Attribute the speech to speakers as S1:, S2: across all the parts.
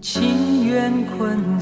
S1: 情缘困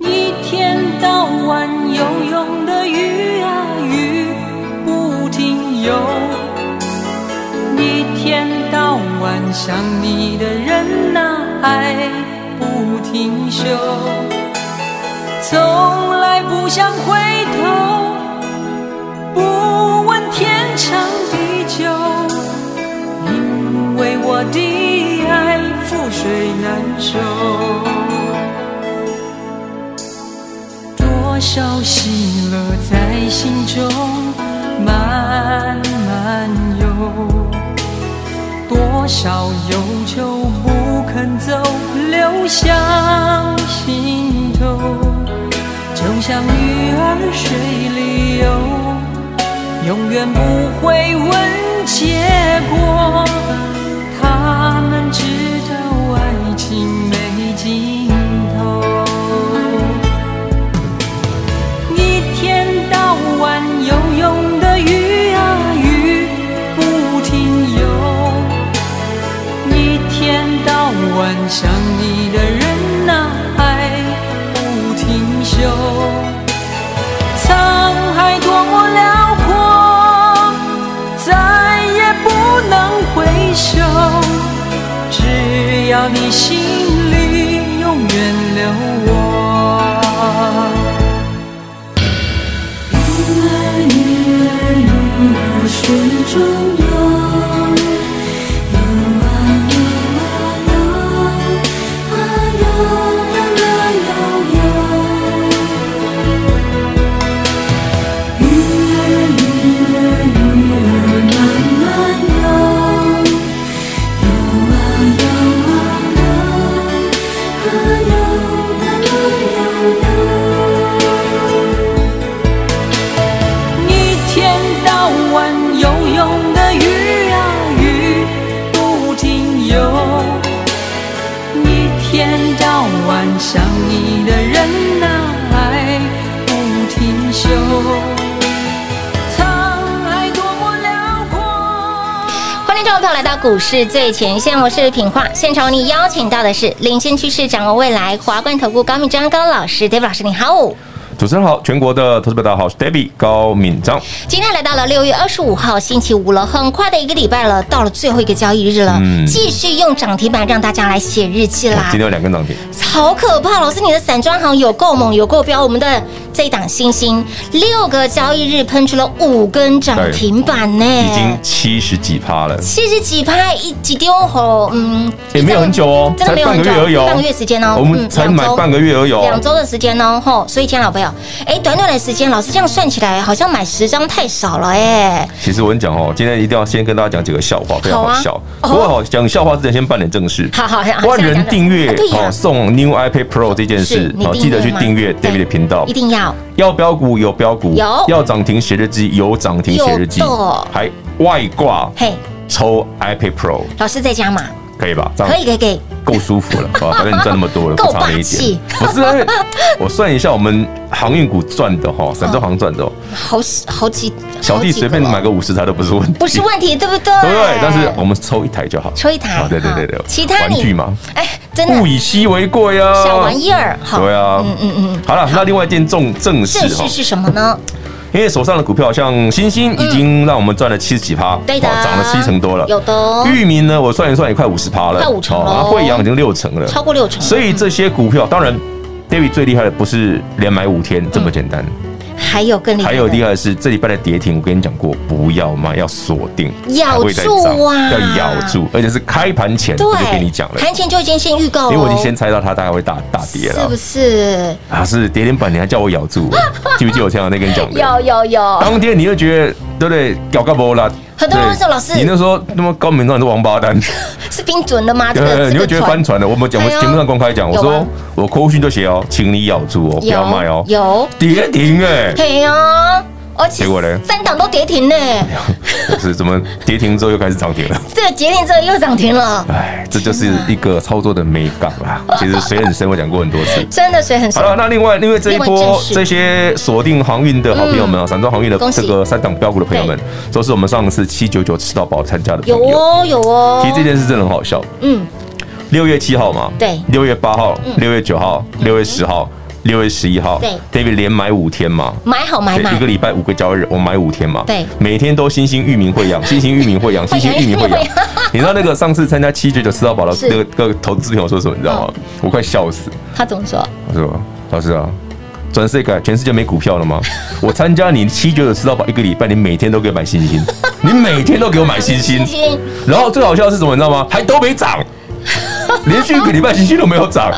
S1: 一天到晚游泳的鱼啊鱼不停游，一天到晚想你的人呐、爱不停休，从来不想回头，不问天长地久，因为我的爱覆水难收。多少喜乐在心中慢慢游，多少忧愁不肯走，流向心头。就像鱼儿水里游，永远不会问结果。他们知道爱情没尽头。一天到晚游泳的鱼啊鱼不停游，一天到晚想你的人呐、爱不停休。沧海多么辽阔，再也不能回首。只要你心里永远留我。
S2: 水中游，游啊游啊游，啊游游游游鱼儿鱼儿鱼儿慢慢游，游啊游啊游，啊游啊游游游。
S1: 一天到晚游泳的鱼啊鱼不停游，一天到晚想你的人呐、爱不停休。沧海多么辽阔。
S3: 欢迎众朋友来到股市最前线，我是品化。现场为你邀请到的是领先趋势、掌握未来华冠投顾高敏章高老师，David 老师，你好。
S4: 主持人好，全国的投资者大家好，我是 David 高敏章。
S3: 今天来到了六月二十五号星期五了，很快的一个礼拜了，到了最后一个交易日了，
S4: 嗯
S3: 继续用涨停板让大家来写日记
S4: 哇
S3: 啦
S4: 今天。有两根涨停，
S3: 好可怕！老师，你的散装行有够猛，有够彪。我们的这一档星星，六个交易日喷出了五根涨停板呢，
S4: 已经七十几趴了，
S3: 七十几拍一几丢吼，嗯，
S4: 也没有很久哦，
S3: 真的
S4: 才
S3: 没有
S4: 半
S3: 很
S4: 个
S3: 久
S4: 月而已哦，
S3: 半个月时间哦
S4: 我
S3: 嗯
S4: 们才买
S3: 两周
S4: 半个月而已哦，
S3: 两周的时间哦，吼，所以，亲爱的老朋友，哎，短短的时间，老师这样算起来，好像买十张太少了哎。
S4: 其实我跟你讲哦，今天一定要先跟大家讲几个笑话，非常
S3: 好
S4: 好
S3: 啊
S4: 笑。
S3: 哦
S4: 不过好讲笑话之前，先办点正事。
S3: 好好好
S4: 万
S3: 现在
S4: 人
S3: 讲
S4: 订阅
S3: 啊对呀
S4: 哦，送 New iPad Pro 这件
S3: 是
S4: 事
S3: 你
S4: 哦，
S3: 订
S4: 记得去
S3: 阅吗
S4: 订阅
S3: 对
S4: David 的频道
S3: 一。定要
S4: 要标股有标股，
S3: 有
S4: 要涨停写日记有涨停写日记
S3: 有的，
S4: 还外挂
S3: 嘿，
S4: 抽 iPad Pro，
S3: 老师在家嘛？
S4: 可以吧？这样
S3: 可以可以可以，
S4: 够舒服了， 好吧反正你赚那么多了，
S3: 够
S4: 不哎差那一
S3: 霸气
S4: 点。不是，因为我算一下我们航运股赚的哈，散装行赚的哦，
S3: 好好几
S4: 小弟随便买
S3: 个
S4: 个五十台都不是问题，
S3: 不是问题，对不对？
S4: 对不对？但是我们抽一台就好，
S3: 抽一台
S4: 啊对对对对
S3: 好，其他
S4: 玩
S3: 你
S4: 具嘛，
S3: 哎，真
S4: 物
S3: 的
S4: 以稀为贵啊，
S3: 小玩意儿，好，
S4: 对啊，哦
S3: 嗯嗯嗯，
S4: 好了，那另外一件重正事
S3: 正事，
S4: 哈
S3: 是什么呢？
S4: 因为手上的股票像星星已经让我们赚了七十几趴，
S3: 对的
S4: 哦涨了七成多了。
S3: 有的哦
S4: 域名呢，我算一算也快五十趴了，
S3: 快5成
S4: 哦
S3: 了
S4: 啊
S3: 哦
S4: 惠阳已经六成了，
S3: 超过六成，
S4: 所以这些股票，当然，David 最厉害的不是连买五天这么简单，
S3: 还有嗯更厉害，
S4: 还有厉害的是这礼拜的跌停，我跟你讲过，不要卖，要锁定，
S3: 咬
S4: 还会再涨
S3: 住啊
S4: 要咬住，而且是开盘前我就
S3: 对，
S4: 跟你讲了，
S3: 盘前就已经先预告了哦，
S4: 因为我已经先猜到它大概会大大跌
S3: 是
S4: 了
S3: 不。是？
S4: 啊，是跌停板，你还叫我 咬住，记不记得我前两天跟你讲的？
S3: 有有有，
S4: 当天你就觉得对不对？搞个波啦，
S3: 很多人
S4: 对
S3: 说老师
S4: 你那时候那么高明状你是王八蛋，
S3: 是冰准的吗？这个
S4: 对，呃你
S3: 这
S4: 会
S3: 个
S4: 觉得
S3: 船
S4: 翻船的。我们讲，我
S3: 哎
S4: 们
S3: 呦
S4: 节目上公开讲，我
S3: 有
S4: 说
S3: 啊
S4: 我扣讯就写哦，请你咬住哦，不要卖哦，
S3: 有，
S4: 跌停 哎，
S3: 嘿哦呀，而且
S4: 结果嘞
S3: 三档都跌停呢，
S4: 是怎么跌停之后又开始涨停了？
S3: 这个跌停这个又涨停了，
S4: 哎，这就是一个操作的美感啦。其实水很深，我讲过很多 次。
S3: 真的水很
S4: 好
S3: 深。
S4: 了，那另外因为这一
S3: 啊另外正
S4: 波
S3: 式
S4: 这些锁定航运的好朋友们啊，散装航运的
S3: 嗯恭喜
S4: 这个三档标股的朋友们，都是我们上次七九九吃到饱参加的朋
S3: 有
S4: 友。
S3: 哦，有哦
S4: 其实，这件事真的很好笑。
S3: 嗯，
S4: 六月七号嘛，
S3: 对嗯
S4: 六月八号、六月九号、六月十号、六月十一号，
S3: 对
S4: ，David 连买五天嘛。
S3: 买好买
S4: 对
S3: 满
S4: 一个，礼拜五个交易日，我买五天嘛，
S3: 对
S4: 每天都星星域名会 养，星星域名会养，星星域名会
S3: 会
S4: 养
S3: 养。
S4: 你知道那个上次参加七九九吃到饱的
S3: 是哦
S4: 那个那个投资朋友说什么？你知道吗？我快笑死。
S3: 他怎么说？
S4: 他说：“老师啊，转世改全世界没股票 了吗？我参加你七九九吃到饱一个礼拜，你每天都给我买星 星，你每天都给我买星星
S3: 星，星
S4: 然后最好笑的是什么，你知道吗？还都没涨，连续一个礼拜星期都没有涨。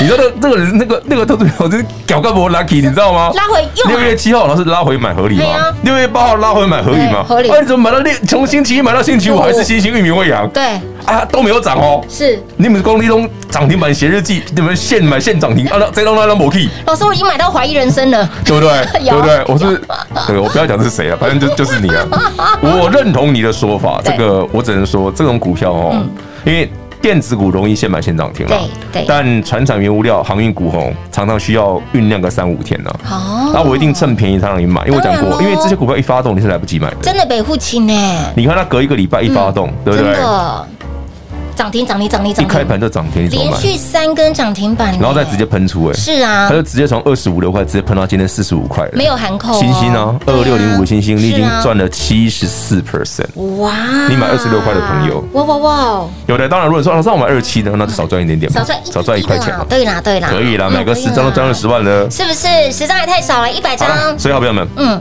S4: 你知道那这个人那个那个投资我真是搞干不 lucky，你知道吗？
S3: 拉回又
S4: 六
S3: 买
S4: 月七号老师拉回买合理
S3: 对
S4: 吗
S3: 啊？
S4: 六月八号拉回买合理吗？
S3: 对合理
S4: 哎，你怎么买到六？从星期一买到星期五，还是星星玉米未扬？
S3: 对，
S4: 啊，都没有涨哦。
S3: 是
S4: 你们光利用涨停板写日记，你们现买现涨停，啊，那再让那让某 key，
S3: 老师，我已经买到怀疑人生了。
S4: 对不对？
S3: 有
S4: 对不对？我是，对我不要讲是谁了，反正就就是你啊。 我认同你的说法，这
S3: 对嗯
S4: 个我只能说这种股票哦，因为电子股容易现买现涨停了，
S3: 对对
S4: 但船产原物料、航运股哦，常常需要酝酿个三五天呢。
S3: 哦
S4: 那我一定趁便宜才让你买，因为我讲
S3: 当啊然
S4: 过，
S3: 咯
S4: 因为这些股票一发动你是来不及买的。
S3: 真的北户清呢，
S4: 你看它隔一个礼拜一发动，对不
S3: 真
S4: 对？
S3: 的涨停涨停涨停
S4: 一
S3: 涨
S4: 开
S3: 停，
S4: 盘就涨停，你怎么
S3: 连
S4: 买？
S3: 续三根涨停板呢，
S4: 然后再直接喷出，哎，
S3: 是啊
S4: 它，就直接从二十五六块直接喷到今天四十五块了。
S3: 没有含扣哦
S4: 星星呢？
S3: 对
S4: 二
S3: 啊
S4: 六零五星星，你已经
S3: 是啊
S4: 赚了七十四 percent。
S3: 哇！
S4: 你买26块的朋友，
S3: 哇哇哇，
S4: 有的当然，如果说老师让我买二七的，那就少赚一点点嘛，
S3: 少赚一哦
S4: 少赚一块钱嘛，
S3: 对啦对啦，
S4: 可以啦，买个
S3: 嗯
S4: 十张都
S3: 可
S4: 赚二，
S3: 以啦
S4: 十万了。
S3: 是不是？十张也太少了，一百
S4: 好
S3: 张
S4: 了，，所以好朋友们
S3: 嗯，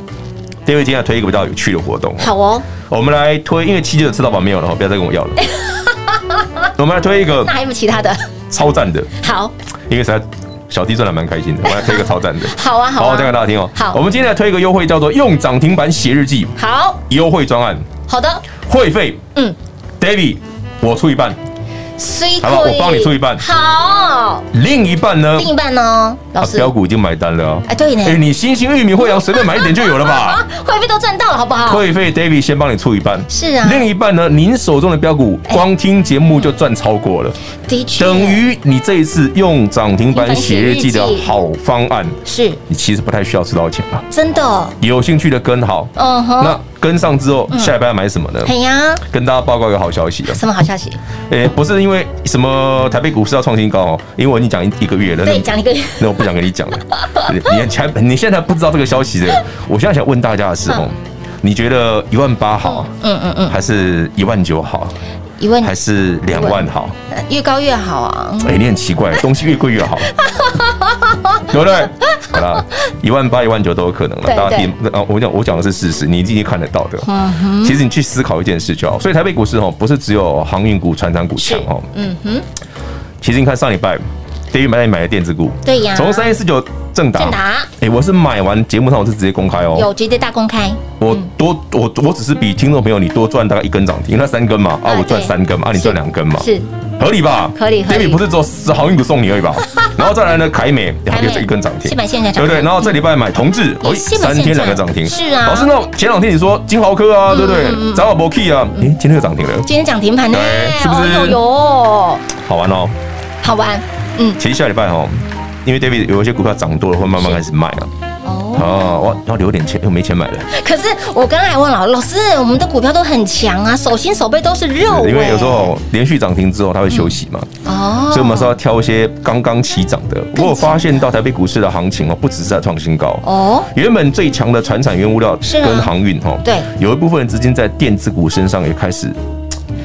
S4: ，David 今天要推一个比较有趣的活动哦，
S3: 好哦，
S4: 我们来推，因为七九的吃到饱没有了哦，不要再跟我要了。 我们来推一个
S3: 那还有没有其他的？
S4: 超赞的，
S3: 好，
S4: 因为实在小弟赚的蛮开心的，我们来推一个超赞的。
S3: 好啊， 好
S4: 好，
S3: 啊，
S4: 我再给大家听哦。
S3: 好
S4: 我们今天来推一个优惠，叫做“用涨停板写日记
S3: 好”
S4: 优惠专案，
S3: 好的，
S4: 会费，
S3: 嗯
S4: ，David 我出一半，
S3: 水
S4: 好吧我帮你出一半
S3: 好，
S4: 另一半呢
S3: 另？一半呢？老
S4: 啊
S3: 师
S4: 标，股已经买单了哦。
S3: 哎，对呢，
S4: 哎，你星星、玉米、惠阳随便买一点就有了吧？
S3: 啊， 会费都赚到了，好不好？
S4: 会费 David 先帮你出一半，
S3: 是啊
S4: 另一半呢，您手中的标股光听节目就赚超过了，
S3: 的确，
S4: 等于你这一次用涨停板写日记的
S3: 涨停板写日记
S4: 好方案，
S3: 是
S4: 你其实不太需要吃到钱吧？
S3: 真的，
S4: 有兴趣的跟好，
S3: 嗯哼，
S4: 那跟上之后，下一班要买什么呢？
S3: 嗯嘿呀，
S4: 跟大家报告一个好消息啊！
S3: 什么好消息？
S4: 诶，不是因为什么台北股市要创新高哦，因为我已经讲一一个月了，
S3: 对，讲一个，
S4: 那我不想跟你讲了。你你还你现在还不知道这个消息
S3: 嗯
S4: 的，我现在想问大家的是哦，你觉得一万八好，
S3: 嗯嗯嗯，
S4: 还是一万九好，
S3: 一问呃
S4: 还是两万好？
S3: 越高越好啊，
S4: 哎，你很奇怪，东西越贵越 好，对不对？好啦，一万八、一万九都有可能了。
S3: 对
S4: 大家听啊，我讲我讲的是事实，你一定看得到的。
S3: 嗯
S4: 其实你去思考一件事就好。所以台北股市哦，不是只有航运股、船长股强哦。
S3: 嗯哼，
S4: 其实你看上礼拜，David 买买的电子股，
S3: 对呀，
S4: 从三一四九正达，
S3: 正达
S4: 哎、我是买完节目上我是直接公开哦，
S3: 有嗯直接大公开，
S4: 我多我我只是比听众朋友你多赚大概一根涨停，那三根嘛，
S3: 啊
S4: 啊我赚
S3: 对
S4: 三根嘛，啊你赚
S3: 是
S4: 两根嘛，
S3: 是
S4: 合理吧？
S3: 合理合理
S4: David 不是只有四航运股送你而已吧？ 然后再来呢，凯美
S3: 凯美
S4: 又是一根涨停，
S3: 现买现涨
S4: 对不对？然后这礼拜买同志，
S3: 嗯也
S4: 哦，
S3: 现买
S4: 三
S3: 现
S4: 天
S3: 涨
S4: 两个涨停，
S3: 是啊嗯
S4: 老师，那前两天你说金豪科啊，对不对？早宝博 key 啊，诶，今天又涨停了，哎
S3: 今天涨停盘呢
S4: 对，是不是
S3: 哦呦呦，
S4: 好玩哦。
S3: 好玩，嗯，
S4: 其实下礼拜哦，因为 David 有一些股票涨多了，会慢慢开始卖啊。
S3: 哦，
S4: 哦，我要留点钱，又没钱买了，
S3: 可是我刚刚还问老师，老师，我们的股票都很强啊，手心手背都是肉、欸，
S4: 因为有时候连续涨停之后它会休息嘛，
S3: 哦，
S4: 所以我们是要挑一些刚刚起涨的。我有发现到台北股市的行情哦，不只是在创新高，
S3: 嗯哦，
S4: 原本最强的船产原物料
S3: 是啊
S4: 跟航运哦，
S3: 对
S4: 有一部分资金在电子股身上也开始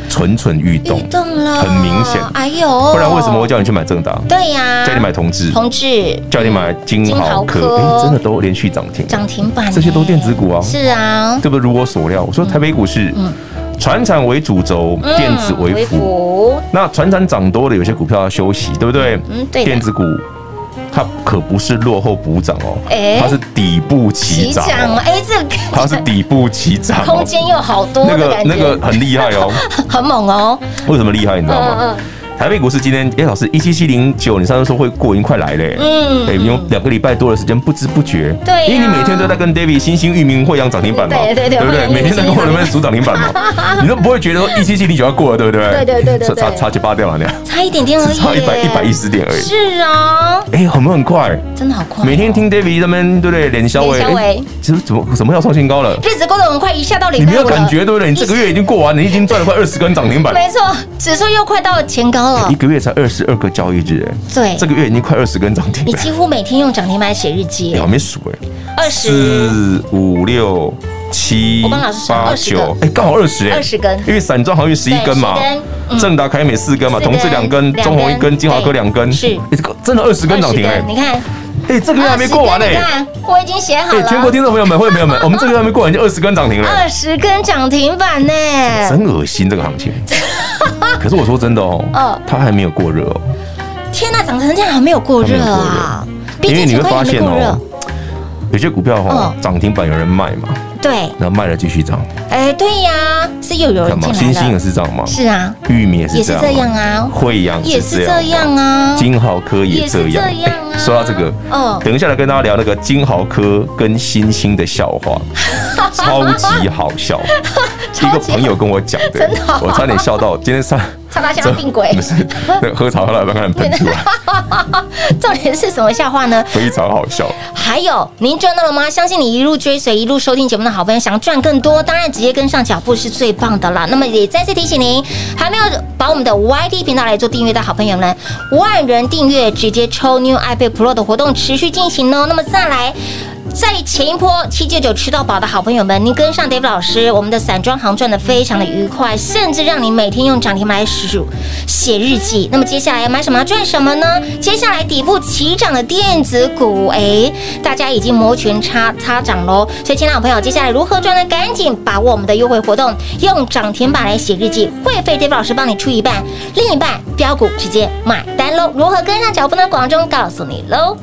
S4: 蠢蠢欲动
S3: 移，动了，
S4: 很明显
S3: 哎呦，
S4: 不然为什么我叫你去买正达，
S3: 对呀、
S4: 叫你买同志，
S3: 哦同志
S4: 叫你买金
S3: 金
S4: 豪
S3: 豪
S4: 科，
S3: 科
S4: 哎，真的都连续涨停，
S3: 涨停板、哎
S4: 这些都电子股啊
S3: 是嗯啊，
S4: 这不如我所料，我说台北股市，船产为主轴，电子为辅。
S3: 嗯辅，
S4: 那船产涨多了，有些股票要休息，对不对？
S3: 嗯对的
S4: 电子股它可不是落后补涨哦，
S3: 哎
S4: 它是底部起
S3: 起
S4: 涨、
S3: 涨，
S4: 哦，
S3: 哎、这个
S4: 它是底部起涨、哦
S3: 空，间又好多
S4: 那
S3: 的
S4: 个
S3: 感觉，
S4: 那个很厉害哦。
S3: 很猛哦，
S4: 为什么厉害？你知道
S3: 嗯
S4: 吗？台北股市今天，哎、老师一七七零九，你上次说会过，已经快来了、欸。
S3: 嗯
S4: 对，用两个礼拜多的时间，不知不觉。
S3: 对呀
S4: 因为你每天都在跟 David 新兴域名会养涨停板嘛，
S3: 对对对
S4: 不对？
S3: 会
S4: 每天在跟我
S3: 阳
S4: 那
S3: 明
S4: 边数涨停板嘛， 你都不会觉得说一七七零九要过了，对不对？
S3: 对对对对对
S4: 差差差七八掉了呢，
S3: 差一点点而
S4: 只
S3: 已，
S4: 差一百一百一，十点而已。
S3: 是啊，
S4: 哎、很不很快？
S3: 真的好快、哦
S4: 每天。听 David 那边，对不对？脸消微，
S3: 脸消微
S4: 哎其实怎么怎么要创新高了？
S3: 日子过得很快，一下到礼
S4: 你
S3: 拜
S4: 没
S3: 五了
S4: 有感觉对不对？你这个月已经过完，你已经赚了快二十根涨停板，
S3: 没错，指数又快到前高了
S4: 一。个月才二十二个交易日、哎。
S3: 对
S4: 这，个月已经快二十根涨停
S3: 你
S4: 了，
S3: 几乎每天用涨停板写日记
S4: 你，还没数哎，
S3: 二十
S4: 四五六七
S3: 我帮老师算
S4: 八
S3: 20
S4: 九，
S3: 个
S4: 哎，刚好二十哎，
S3: 20根
S4: 因为散装航运十一根嘛
S3: 对10根，嗯
S4: 正达凯美四根嘛，
S3: 四根
S4: 同志两根，
S3: 两根
S4: 中红一根，金华科
S3: 对
S4: 两根，
S3: 是
S4: 哎，这个真的二十根涨停哎
S3: 你，看，
S4: 哎，这个月还没过完
S3: 20根你
S4: 哎，
S3: 看，我已经写好
S4: 哎，
S3: 了，
S4: 全国听众朋友们、会员朋友们， 我们这个月还没过完，已经二十根涨停了，
S3: 二十根涨停板呢，
S4: 真恶心这个行 情。可是我说真的哦
S3: 嗯，
S4: 它还没有过热哦，
S3: 天呐，涨成这样还没有过热啊！毕
S4: 因
S3: 竟
S4: 为你
S3: 前
S4: 会
S3: 高
S4: 发
S3: 也没
S4: 现
S3: 过
S4: 哦
S3: 热，，嗯
S4: 有些股票哦涨停板有人卖嘛，
S3: 对，
S4: 然后卖了继续涨。
S3: 哎，对呀，是又有
S4: 干
S3: 人
S4: 嘛？
S3: 进
S4: 星
S3: 来
S4: 星也
S3: 了，
S4: 是这样吗？
S3: 是啊，
S4: 玉米也是
S3: 也是
S4: 这样，
S3: 这样。啊，
S4: 惠阳
S3: 也是这样
S4: 啊，
S3: 啊，
S4: 金豪科也
S3: 也
S4: 这
S3: 是
S4: 样。
S3: 这样啊
S4: 哎说到这个，
S3: 嗯
S4: 等一下来跟大家聊那个金豪科跟星星的笑 话，超级好笑。一个朋友跟我讲的，
S3: 真的哦
S4: 我差点笑到今 天上。
S3: 差到像病 鬼啊
S4: 不。是，那个喝茶喝到一半，看喷出来，
S3: 重点是什么笑话呢？
S4: 非常好笑。
S3: 还有，您赚到了吗？相信你一路追随、一路收听节目的好朋友，想赚更多，当然直接跟上脚步是最棒的啦。那么也再次提醒您，还没有把我们的 YT 频道来做订阅的好朋友们，万人订阅直接抽 New iPad Pro 的活动持续进行哦。那么再来。在前一波七九九吃到饱的好朋友们，您跟上 Dave 老师，我们的散装行赚的非常的愉快，甚至让你每天用涨停板来数写日记。那么接下来要买什么赚什么呢？接下来底部起涨的电子股，哎，大家已经摩拳擦擦掌喽。所以，亲爱的朋友，接下来如何赚呢？赶紧把握我们的优惠活动，用涨停板来写日记，会费 Dave 老师帮你出一半，另一半标股直接买单喽。如何跟上脚步呢？广中告诉你喽。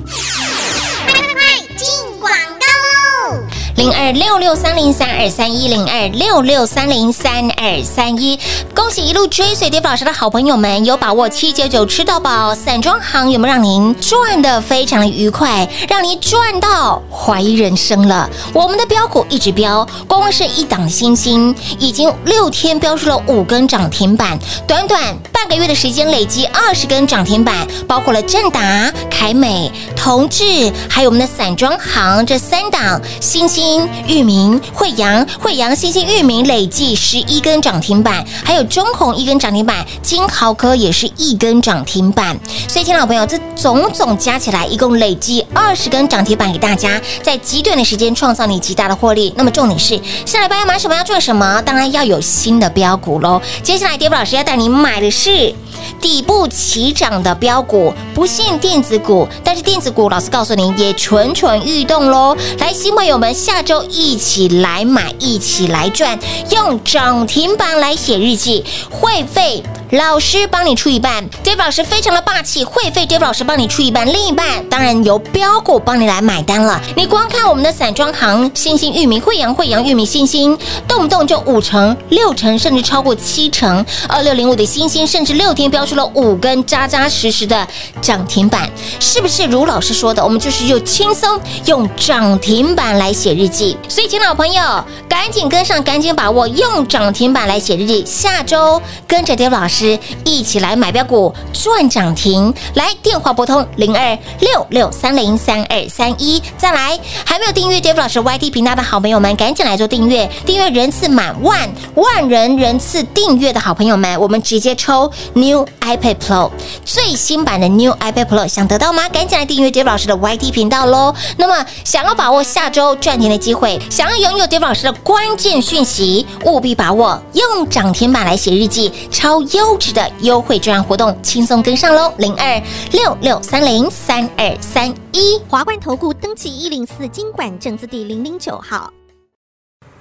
S3: 零二六六三零三二三一零二六六三零三二三一。恭喜一路追随 d a 老师的好朋友们，有把握七九九吃到饱，散装行有没有让您赚的非常的愉快，让您赚到怀疑人生了？我们的标股一直飙，光光是一档星星已经六天飙出了五根涨停板，短短半个月的时间累积二十根涨停板，包括了正达、凯美、同志，还有我们的散装行这三档，星星、域名、惠阳、惠阳、星星、域名累计十一根涨停板，还有中红一根涨停板，金豪科也是一根涨停板。所以，亲爱的朋友，这种种加起来一共累积二十根涨停板给大家，在极短的时间创造你极大的获利。那么重点是，下礼拜要买什么，要赚什么，当然要有新的标股喽。接下来，跌宝老师要带你买的是。底部起涨的标股，不限电子股，但是电子股老师告诉您也蠢蠢欲动喽。来，新朋友们，下周一起来买，一起来赚，用涨停板来写日记，会费老师帮你出一半，Dave 老师非常的霸气，会费 Dave 老师帮你出一半，另一半当然由标股帮你来买单了。你光看我们的散装行，星星、域名、惠阳、惠阳、域名、星星，动不动就五成、六成，甚至超过七成。二六零五的星星，甚至六天标出了五根扎扎实实的涨停板，是不是如老师说的，我们就是又轻松用涨停板来写日记？所以，请老朋友赶紧跟上，赶紧把握，用涨停板来写日记。下周跟着 Dave 老师。师一起来买标股赚涨停。来，电话拨通零二六六三零三二三一。再来，还没有订阅 Dave 老师 YT 频道的好朋友们，赶紧来做订阅，订阅人次满万万人人次订阅的好朋友们，我们直接抽 New iPad Pro 最新版的 New iPad Pro，想得到吗？赶紧来订阅 Dave 老师的 YT 频道喽。那么，想要把握下周赚钱的机会，想要拥有 Dave 老师的关键讯息，务必把握，用涨停板来写日记，超优质的优惠券活动，轻松跟上喽。零二六六三零三二三一，
S5: 华冠投顾登记一零四经管证字第零零九号。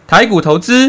S6: 台股投资，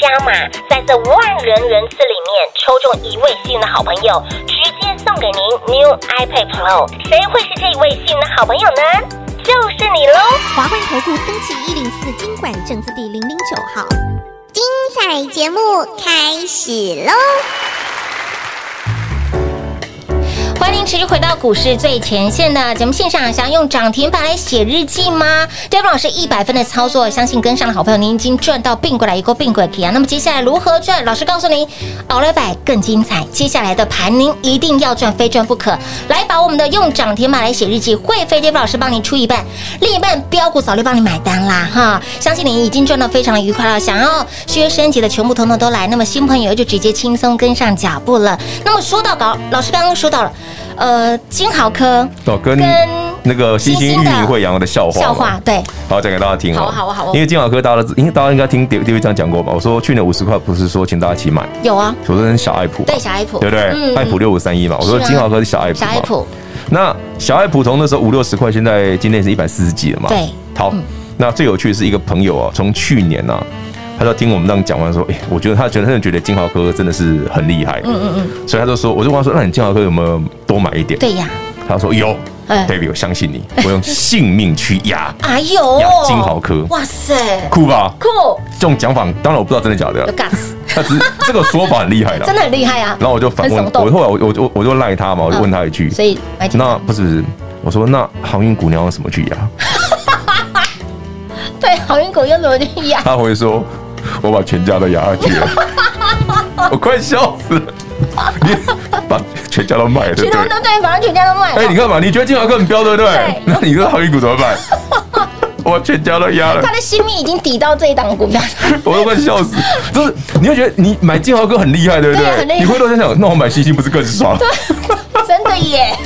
S7: 加码，在这万人人次里面抽中一位幸运的好朋友，直接送给您 New iPad Pro，谁会是这一位幸运的好朋友呢？就是你喽！
S5: 华冠投顾登记一零四经管证字第零零九号。
S8: 彩节目开始喽！
S3: 欢迎持续回到股市最前线的节目现场。想要用涨停板来写日记吗？David 老师一百分的操作，相信跟上的好朋友您已经赚到并过来一个并轨体啊。那么接下来如何赚？老师告诉您，熬了百更精彩。接下来的盘您一定要赚，非赚不可。来把我们的用涨停板来写日记，会飞 David 老师帮您出一半，另一半标股早就帮你买单啦哈。相信你已经赚到非常愉快了。想要学升级的全部统统都来，那么新朋友就直接轻松跟上脚步了。那么说到搞，老师刚刚说到了。呃，金豪科
S4: 哦，跟那个星星玉米会羊的笑话嘛，
S3: 笑话，对，
S4: 好，讲给大家听哦
S3: 好啊好啊好啊
S4: 因为金马科大家都知，因为大家应该听 David 这样讲过吧？我说去年五十块不是说请大家一起买，
S3: 有啊，
S4: 我说是小爱普嘛，
S3: 对小爱普
S4: 对不
S3: 嗯
S4: 对？爱普六五三一嘛，我说
S3: 是啊
S4: 金华科是小爱普
S3: 小
S4: 嘛，
S3: 爱普，
S4: 那小爱普从那时候五六十块，现在今天是一百四十几了嘛。
S3: 对嗯
S4: 好，那最有趣的是一个朋友啊，从去年啊，他就听我们这样讲完说，哎、我觉得他觉得他觉得金豪科真的是很厉害，嗯嗯嗯，所以他就说，我就问他说，那你金豪科有没有多买一点？
S3: 对呀，
S4: 他说有、
S3: 哎
S4: d a v i d 我相信你，我用性命去压，
S3: 哎呦
S4: 呀，金豪科
S3: 哇塞，
S4: 酷吧？
S3: 酷，
S4: 这种讲法，当然我不知道真的假的
S3: 有，guts，
S4: 他只是这个说法很厉害啦。
S3: 真的很厉害啊
S4: 然。后我就反问
S3: 很，耸动嗯
S4: 我后来我我就我就赖他嘛，我就问他一句，
S3: 所以买进
S4: 那不是不是，我说那航运股你要用什么去 压？
S3: 对好运股用怎么去压？
S4: 他回说我把全家都压下 去了，我快笑死了，你把全家都卖了，对
S3: 全
S4: 不
S3: 都
S4: 对？
S3: 都对，反正全家都卖
S4: 哎、
S3: 了。
S4: 你看嘛，你觉得金豪克很彪，对不对
S3: 对？
S4: 那你这航运股怎么 办？我全家都压了
S3: 他，的心密已经抵到这一档股票，
S4: 我都快笑死。就是你会觉得你买金豪哥很厉害，对不
S3: 对很厉
S4: 对？
S3: 害
S4: 你回头想想，那我买星星不是更爽？
S3: 真的耶！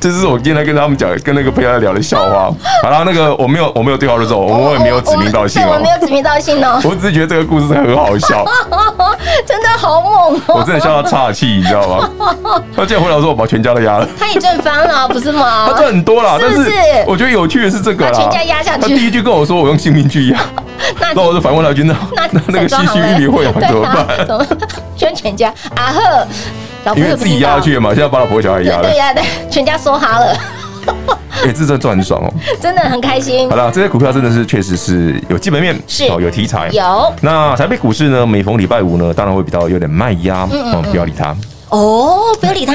S4: 这是我今天跟他们讲，跟那个朋友在聊的笑话。好了，那个我没有我没有对号入座，我也没有指名道姓
S3: 对，我
S4: 哦
S3: 们没。有指名道姓 哦，
S4: 我只是觉得这个故事很好笑，
S3: 真的好猛
S4: 我
S3: 哦！
S4: 真的笑到岔气，你知道吗？他竟然回来说我把全家都压了，
S3: 他也赚翻了，不是吗
S4: 他？赚很多啦，
S3: 是
S4: 但
S3: 不是
S4: 是我觉得有趣的是这个啦，
S3: 把全家压下去
S4: 他第一句跟我说我用性命去压，
S3: 那
S4: 那我就反问他一句，那
S3: 那
S4: 那那个西西玉米会
S3: 对
S4: 怎么
S3: 啊
S4: 办？
S3: 怎么全全家啊呵，老婆
S4: 因
S3: 又
S4: 为
S3: 不
S4: 自
S3: 知
S4: 己压
S3: 道
S4: 下去了嘛，现在把老婆小孩
S3: 对
S4: 压了
S3: 对，呀，对，全家梭哈了，
S4: 哎，这真的赚很爽哦。
S3: 真的很开心
S4: 好。啦，这些股票真的是确实是有基本面，
S3: 是
S4: 哦，有题材，
S3: 有
S4: 那台北股市呢，每逢礼拜五呢，当然会比较有点卖压，
S3: 嗯
S4: 哦，不要理它。
S3: 哦，不要理他，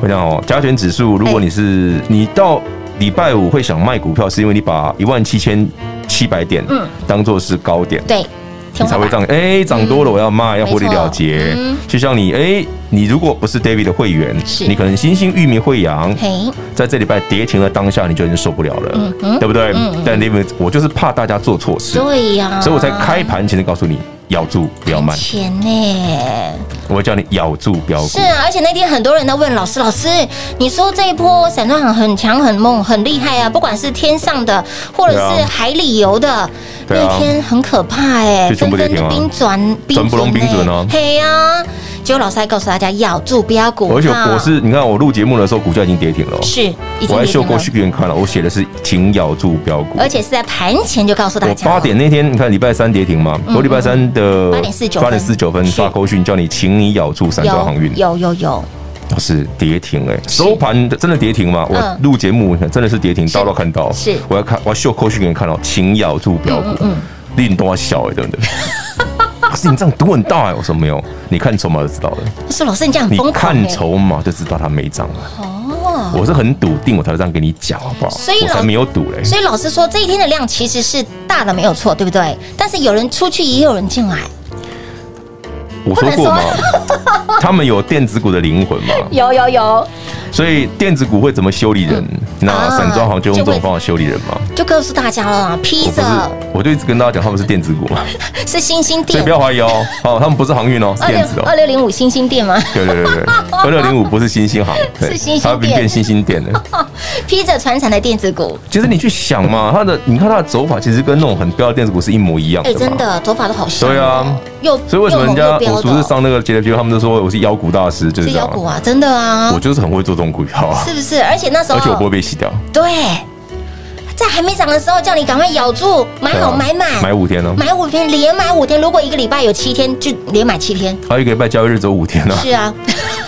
S4: 会这样哦，加权指数，如果你是、
S3: 嗯
S4: 你到礼拜五会想卖股票，是因为你把一万七千七百点，嗯，当做是高点，
S3: 对，听
S4: 才
S3: 话
S4: 会
S3: 吧
S4: 这样。哎，涨多了我要卖，要获利
S3: 没错
S4: 了结
S3: 嗯。
S4: 就像你，哎，你如果不是 David 的会员
S3: 是，
S4: 你可能新兴、域名、惠阳，
S3: 嘿，
S4: 在这礼拜跌停的当下，你就已经受不了了
S3: 嗯，哼
S4: 对不对
S3: 嗯嗯？
S4: 但 David，我就是怕大家做错事，
S3: 对啊呀，
S4: 所以我才开盘前就告诉你咬住不要卖，
S3: 钱呢？
S4: 我叫你咬住标股
S3: 是。啊，而且那天很多人在问老师，老师，你说这一波散装行很强、很猛、很厉害啊，不管是天上的，或者
S4: 对
S3: 是
S4: 啊
S3: 海里游的，
S4: 对啊
S3: 那天很可怕哎、
S4: 就全
S3: 纷
S4: 部
S3: 纷
S4: 跌
S3: 的
S4: 停啊
S3: 冰转
S4: 转不拢冰准
S3: 哦
S4: 哦，
S3: 嘿呀、结果老师还告诉大家咬住标股，
S4: 而且
S3: 哈
S4: 我是，你看我录节目的时候，股价已经跌停了哦，
S3: 是已经
S4: 我还
S3: 跌停
S4: 秀
S3: 了
S4: 过去给你看了，我写的是请咬住标股，
S3: 而且是在盘前就告诉大
S4: 我
S3: 家了，嗯
S4: 八点那天，你看礼拜三跌停嘛，我礼拜三的
S3: 8:49
S4: 八点四九分
S3: 是
S4: 发扣讯，叫你请你咬住三
S3: 有
S4: 庄航运，
S3: 有有有，
S4: 是跌停哎，收盘真的跌停嘛？我
S3: 嗯
S4: 录节目真的是跌停，到到看到
S3: 是嗯
S4: 我要看我要秀扣讯给你看哦，请咬住标股，令多小哎，对不对？可是你这样赌很大哎，我说没有，你看筹码就知道了，
S3: 他说老师你这样很
S4: 你
S3: 疯狂、欸，
S4: 看筹码就知道它没涨。
S3: 哦。
S4: 我是很笃定，我才会这样跟你讲，好不好？
S3: 所以
S4: 我
S3: 老
S4: 才没有赌嘞。
S3: 所以老师说，这一天的量其实是大的，没有错，对不对？但是有人出去，也有人进来，
S4: 我
S3: 不
S4: 说
S3: 能
S4: 过嘛， 他们有电子股的灵魂嘛，
S3: 有有有，
S4: 所以电子股会怎么修理人？
S3: 嗯啊
S4: 那散装行就用这种方法修理人嘛？
S3: 就告诉大家了啊，披
S4: 我不
S3: 着
S4: 是，我就一直跟大家讲他们是电子股嘛，
S3: 是星星
S4: 嗯所
S3: 店
S4: 以不，要怀 疑哦。哦，他们不是航运哦，是
S3: 二
S4: 电
S3: 六
S4: 子
S3: 二
S4: 哦。
S3: 六零五星星店吗？
S4: 对对对对，二六零五不是新兴行，对
S3: 是新兴
S4: 它变
S3: 电
S4: 变新兴电 的。
S3: 披着传产的电子股，
S4: 其实你去想嘛，它的你看它的走法其实跟那种很标的电子股是一模一样
S3: 哎，
S4: 的
S3: 真
S4: 嘛。
S3: 的走法都好像哦，
S4: 对啊
S3: 又
S4: 所以为什么人
S3: 又
S4: 家
S3: 猛又彪
S4: 我叔
S3: 的
S4: 是上那个 J P，他们都说我是妖股大师，就是
S3: 是
S4: 这样
S3: 妖
S4: 啊。
S3: 股啊，真的啊
S4: 我，就是很会做这种股票啊，
S3: 是不是？而哦且那时
S4: 而且我不会
S3: 候
S4: 被洗掉，
S3: 对，在还没涨的时候，叫你赶快咬住，买哎好
S4: 对啊
S3: 买满，
S4: 买五天哦，
S3: 买五天，连买五天。如果一个礼拜有七天，就连买七天。
S4: 还有一个礼拜交易日只有五天呢，
S3: 是啊，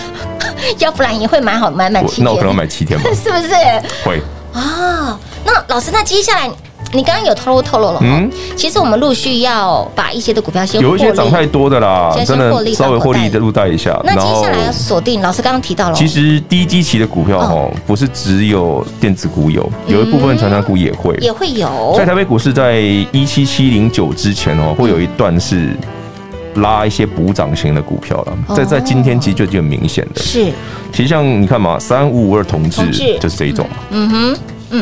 S3: 要不然也会买好买满
S4: 我
S3: 七天。，
S4: 那我可能要买七天吧
S3: 是不是？
S4: 会。
S3: 哦，那老师，那接下来你刚刚有透露透露了嗯
S4: 嗯，
S3: 其实我们陆续要把一些的股票先
S4: 有一些
S3: 获利
S4: 涨太多的啦
S3: 先，
S4: 真
S3: 先
S4: 的
S3: 获利
S4: 稍微获利
S3: 到口袋
S4: 的入袋一下。
S3: 那接下来要锁定，老师刚刚提到了，哦
S4: 其实低基期的股票哦，不是只有电子股有，有一部分传统股也会。
S3: 也会有
S4: 在台北股市在一七七零九之前哦，会有一段是拉一些补涨型的股票了。
S3: 哦
S4: 在在今天其实就已经很明显的，
S3: 是
S4: 其实像你看嘛，三五五二同志
S3: 同志
S4: 就是这一种，
S3: 嗯哼，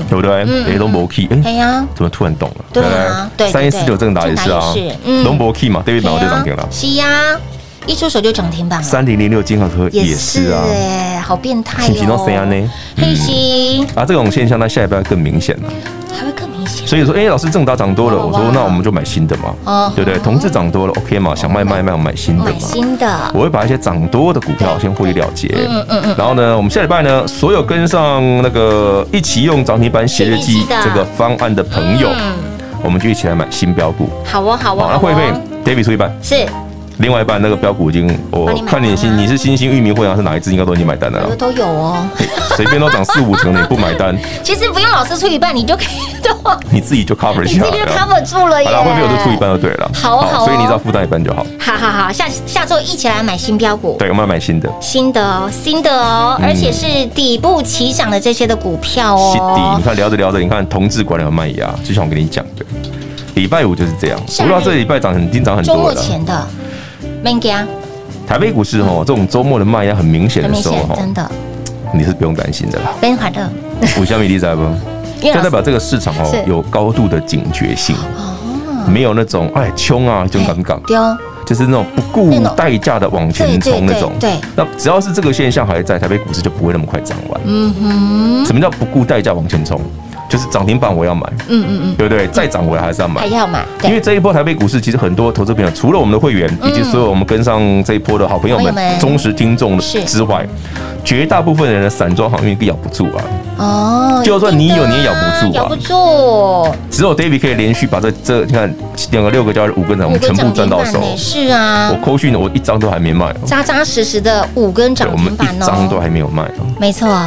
S4: 对不对？哎，龙博 key，
S3: 哎
S4: 哎，
S3: 呀，
S4: 怎么突然懂了？
S3: 对啊对
S4: 三
S3: 对
S4: 一四
S3: 对
S4: 九正达也是
S3: 正
S4: 啊
S3: 达也是嗯，
S4: 龙博 key 嘛，David 买我就涨停了
S3: 哎呀。是呀，一出手就涨停板了，
S4: 三零零六金华科也是啊，
S3: 哎，好变态
S4: 星期都
S3: 哦，
S4: 谁啊呢？
S3: 黑心
S4: 啊，这种现象在下一拜更明显了。
S3: 还会更明显。
S4: 所以说，哎、老师正达涨多了，
S3: 哇
S4: 我说
S3: 哇
S4: 那我们就买新的嘛，
S3: 哦
S4: 对不对？同志涨多了，OK 嘛，想卖卖卖，我买新的
S3: 买
S4: 嘛。
S3: 新的，
S4: 我会把一些涨多的股票先获利了结，嗯嗯嗯。然后呢，我们下礼拜呢，所有跟上那个一起用涨停板写日
S3: 写日
S4: 记
S3: 记的
S4: 这个方案的朋友，
S3: 嗯
S4: 我们就一起来买新标股。
S3: 好哦，好哦，
S4: 好，那
S3: 哦
S4: 会费 David 出一半，
S3: 是，
S4: 另外一半那个标股已经，我
S3: 帮你买
S4: 看你
S3: 单
S4: 新
S3: 啊
S4: 你是新兴域名会还是哪一支，应该都已经买单了
S3: 我
S4: 啦
S3: 的。都有哦。
S4: 随便都涨四五成，你不买单，
S3: 其实不用老师出一半，你就可以 的话，
S4: 你自己就 cover
S3: 你
S4: 下
S3: 这个就
S4: 来了。
S3: cover 住了耶。
S4: 好了，会费我就出一半就对了。
S3: 哎好哦好哦
S4: 所以你只要负担一半就好。
S3: 好好好，下下周一起来买新标股，
S4: 对，我们要买新的，
S3: 新的哦，新的哦，
S4: 嗯
S3: 而且是底部起涨的这些的股票
S4: 新底。
S3: 哦
S4: 你。看聊着聊着，你看同志管理和麦芽，就像我跟你讲的，礼拜五就是这样。
S3: 是
S4: 我
S3: 啊
S4: 不知道这礼拜涨很，已经涨很
S3: 周
S4: 多
S3: 末
S4: 了。
S3: 前嗯的 m a n g a
S4: 台北股市哦，这种周末的卖压很明显
S3: 很
S4: 的
S3: 明
S4: 时
S3: 显
S4: 候，哦
S3: 真，的
S4: 你是不用担心的啦。
S3: 非常快乐。
S4: 五香米 利在不？
S3: 因为
S4: 就
S3: 老
S4: 代
S3: 师
S4: 表这个市场哦
S3: 是哦
S4: 有高度的警觉性，没有那种哎冲啊就敢港。
S3: 哎丢
S4: 就是那种不顾代价的往前冲那种。
S3: 对对对对
S4: 那只要是这个现象还在，台北股市就不会那么快涨完。嗯哼。什么叫不顾代价往前冲？就是涨停板我要买，嗯嗯嗯，对不对？再涨回来还是要买
S3: 还。要买，哎对
S4: 因为这一波台北股市，其实很多投资朋友，除了我们的会员，以及所有我们跟上这一波的好朋友
S3: 好
S4: 们
S3: 朋友们、
S4: 忠实听众
S3: 是
S4: 之外，绝大部分人的散装航运咬不住啊。
S3: 哦，
S4: 就算你有
S3: 一定的
S4: 你也咬不住啊
S3: 咬不住，
S4: 只有 David 可以连续把这这你看两个六个交易日五根涨，我
S3: 五
S4: 们
S3: 根
S4: 全部
S3: 涨
S4: 赚
S3: 停
S4: 到
S3: 板
S4: 手。
S3: 呢，是啊
S4: 我，扣讯我一张都还没卖哦，
S3: 扎扎实实的五根
S4: 对
S3: 涨
S4: 我们
S3: 停板
S4: 一张都
S3: 哦，
S4: 还没有卖哦。
S3: 没错，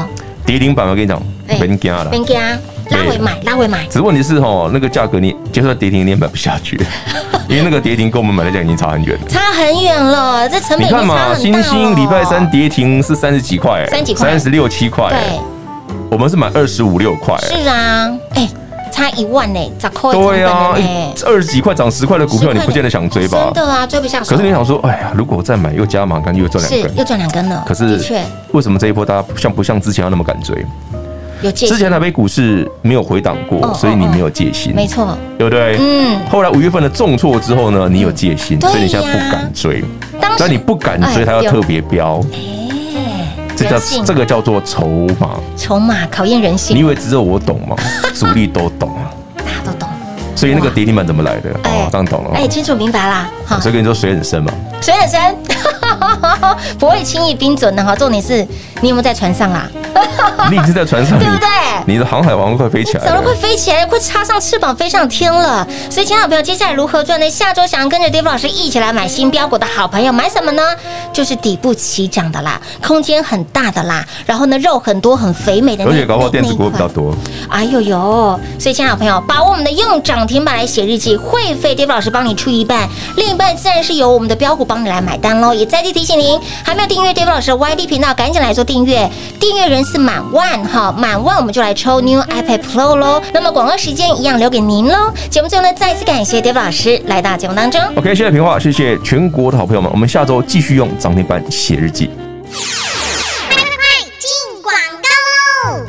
S4: 跌停板，我跟你讲，
S3: 哎
S4: 别惊了
S3: m。a n g a 拉回买，拉回买。
S4: 只是问题是哦，那个价格你就算跌停你也买不下 去，因为那个跌停跟我们买的价已经差很远了。
S3: 差很远了，这成本
S4: 你
S3: 已经
S4: 看
S3: 差很
S4: 嘛，
S3: 大哦
S4: 星星
S3: 了
S4: 礼拜三跌停是三十几块，
S3: 30几块
S4: 三十六七块，
S3: 对，
S4: 我们是买二十五六块，
S3: 是啊，哎，差一万呢、十块成
S4: 对
S3: 本
S4: 啊
S3: 了，呢、
S4: 二十几块涨十块的股
S3: 十
S4: 票，
S3: 块
S4: 你不见得想追吧
S3: 真？的啊，追不下手。
S4: 可是你想说，哎呀，如果我再买又加码杆，又赚
S3: 是
S4: 两
S3: 又
S4: 根。
S3: 赚两根了，
S4: 可
S3: 的
S4: 是
S3: 确
S4: 为什么这一波大家像不像之前要那么敢追？
S3: 有戒
S4: 之
S3: 心，
S4: 前台北股市没有回档
S3: 哦
S4: 过，所以你没有戒心，
S3: 没错，
S4: 对不对？
S3: 嗯，
S4: 后来五月份的重挫之后呢，你有戒心，
S3: 对呀
S4: 所以你现在不敢追。
S3: 当时哎
S4: 但你不敢追，它要特别标，这叫
S3: 人性
S4: 这个叫做筹码。
S3: 筹码考验人
S4: 你
S3: 性，
S4: 以为只有我懂 吗？主力都懂啊。
S3: 大家都懂，
S4: 所以那个跌停板怎么来的？
S3: 哎
S4: 哦，这样懂了
S3: 哎，
S4: 哦。
S3: 清楚明白啦，哈
S4: 所以跟你说水 很深嘛，
S3: 水很深， 不会轻易冰准的哈。重点是你有没有在船上啊啦？
S4: 你已经在船上，
S3: 对不哎对
S4: 你你的航海王快飞起来
S3: 早都快
S4: 了。
S3: 飞起来，快插上翅膀飞上天了。所以，亲爱的朋友，接下来如何赚呢？下周想要跟着 Dave 老师一起来买新标股的好朋友，买什么呢？就是底部起涨的啦，空间很大的啦，然后呢，肉很多、很肥美的那。
S4: 而且搞不好
S3: 那
S4: 电子股比较。
S3: 那一款
S4: 多，
S3: 哎呦呦！所以，亲爱的朋友，把握我们的用涨停板来写日记，会费 Dave 老师帮你出一半，另一半自然是由我们的标股帮你来买单喽。也再次提醒您，还没有订阅 Dave 老师的 YD 频道，赶紧来做订阅，订阅人次满万哈，满万我们就来抽 New iPad Pro 喽。那么广告时间一样留给您喽。节目最后呢，再次感谢 Dave 老师来到节目当中。
S4: OK，谢谢平话，谢谢全国的好朋友们，我们下周继续用涨停板写日记。
S8: 进广告喽！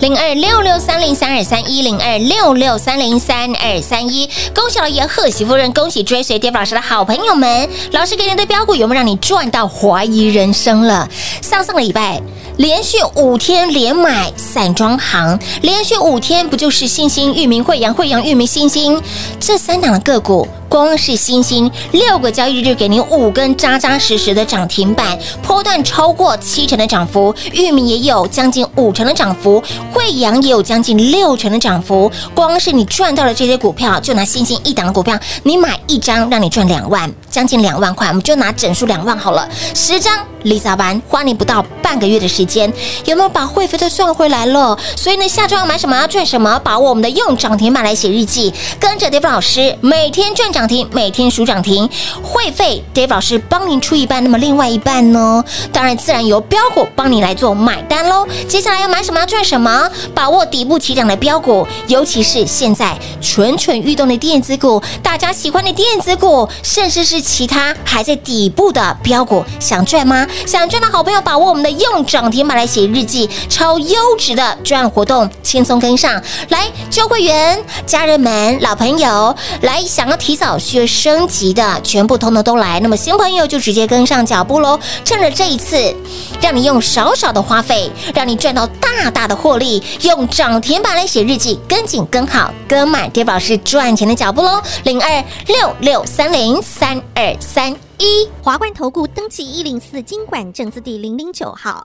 S3: 零二六六三零三二三一零二六六三零三二三一。恭喜老爷，贺喜夫人，恭喜追随 Dave 老师的好朋友们。老师给您的标股有没有让你赚到怀疑人生了？上上个礼拜连续五天连买散装行，连续五天不就是星星、域名、惠阳、惠阳、域名、星星这三档的个股？光是星星六个交易日就给您五根扎扎实实的涨停板，波段超过七成的涨幅，域名也有将近五成的涨幅，惠阳也有将近六成的涨幅。光是你赚到了这些股票，就拿星星一档的股票，你买一张让你赚两万，将近两万块，我们就拿整数两万好了，十张李早班花你不到半个月的时间，有没有把会费都赚回来了？所以呢，下周要买什么，要赚什么，把握我们的用涨停板来写日记，跟着 Dave 老师每天赚涨停，每天数涨停，会费 Dave 老师帮您出一半，那么另外一半呢，当然自然由标股帮你来做买单喽。接下来要买什么，要赚什么，把握底部起涨的标股，尤其是现在蠢蠢欲动的电子股，大家喜欢的电子股，甚至是其他还在底部的标股，想赚吗？想赚的好朋友，把握我们的用涨停板来写日记，超优质的专案活动，轻松跟上来。旧会员、家人们、老朋友，来想要提早学升级的，全部通通都来。那么新朋友就直接跟上脚步喽，趁着这一次，让你用少少的花费，让你赚到大大的获利，用涨停板来写日记，跟紧跟好跟满跌宝是赚钱的脚步喽。零二六六三零三二三一。
S5: 华冠投顾登记一零四经管证字第零零九号。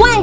S3: 万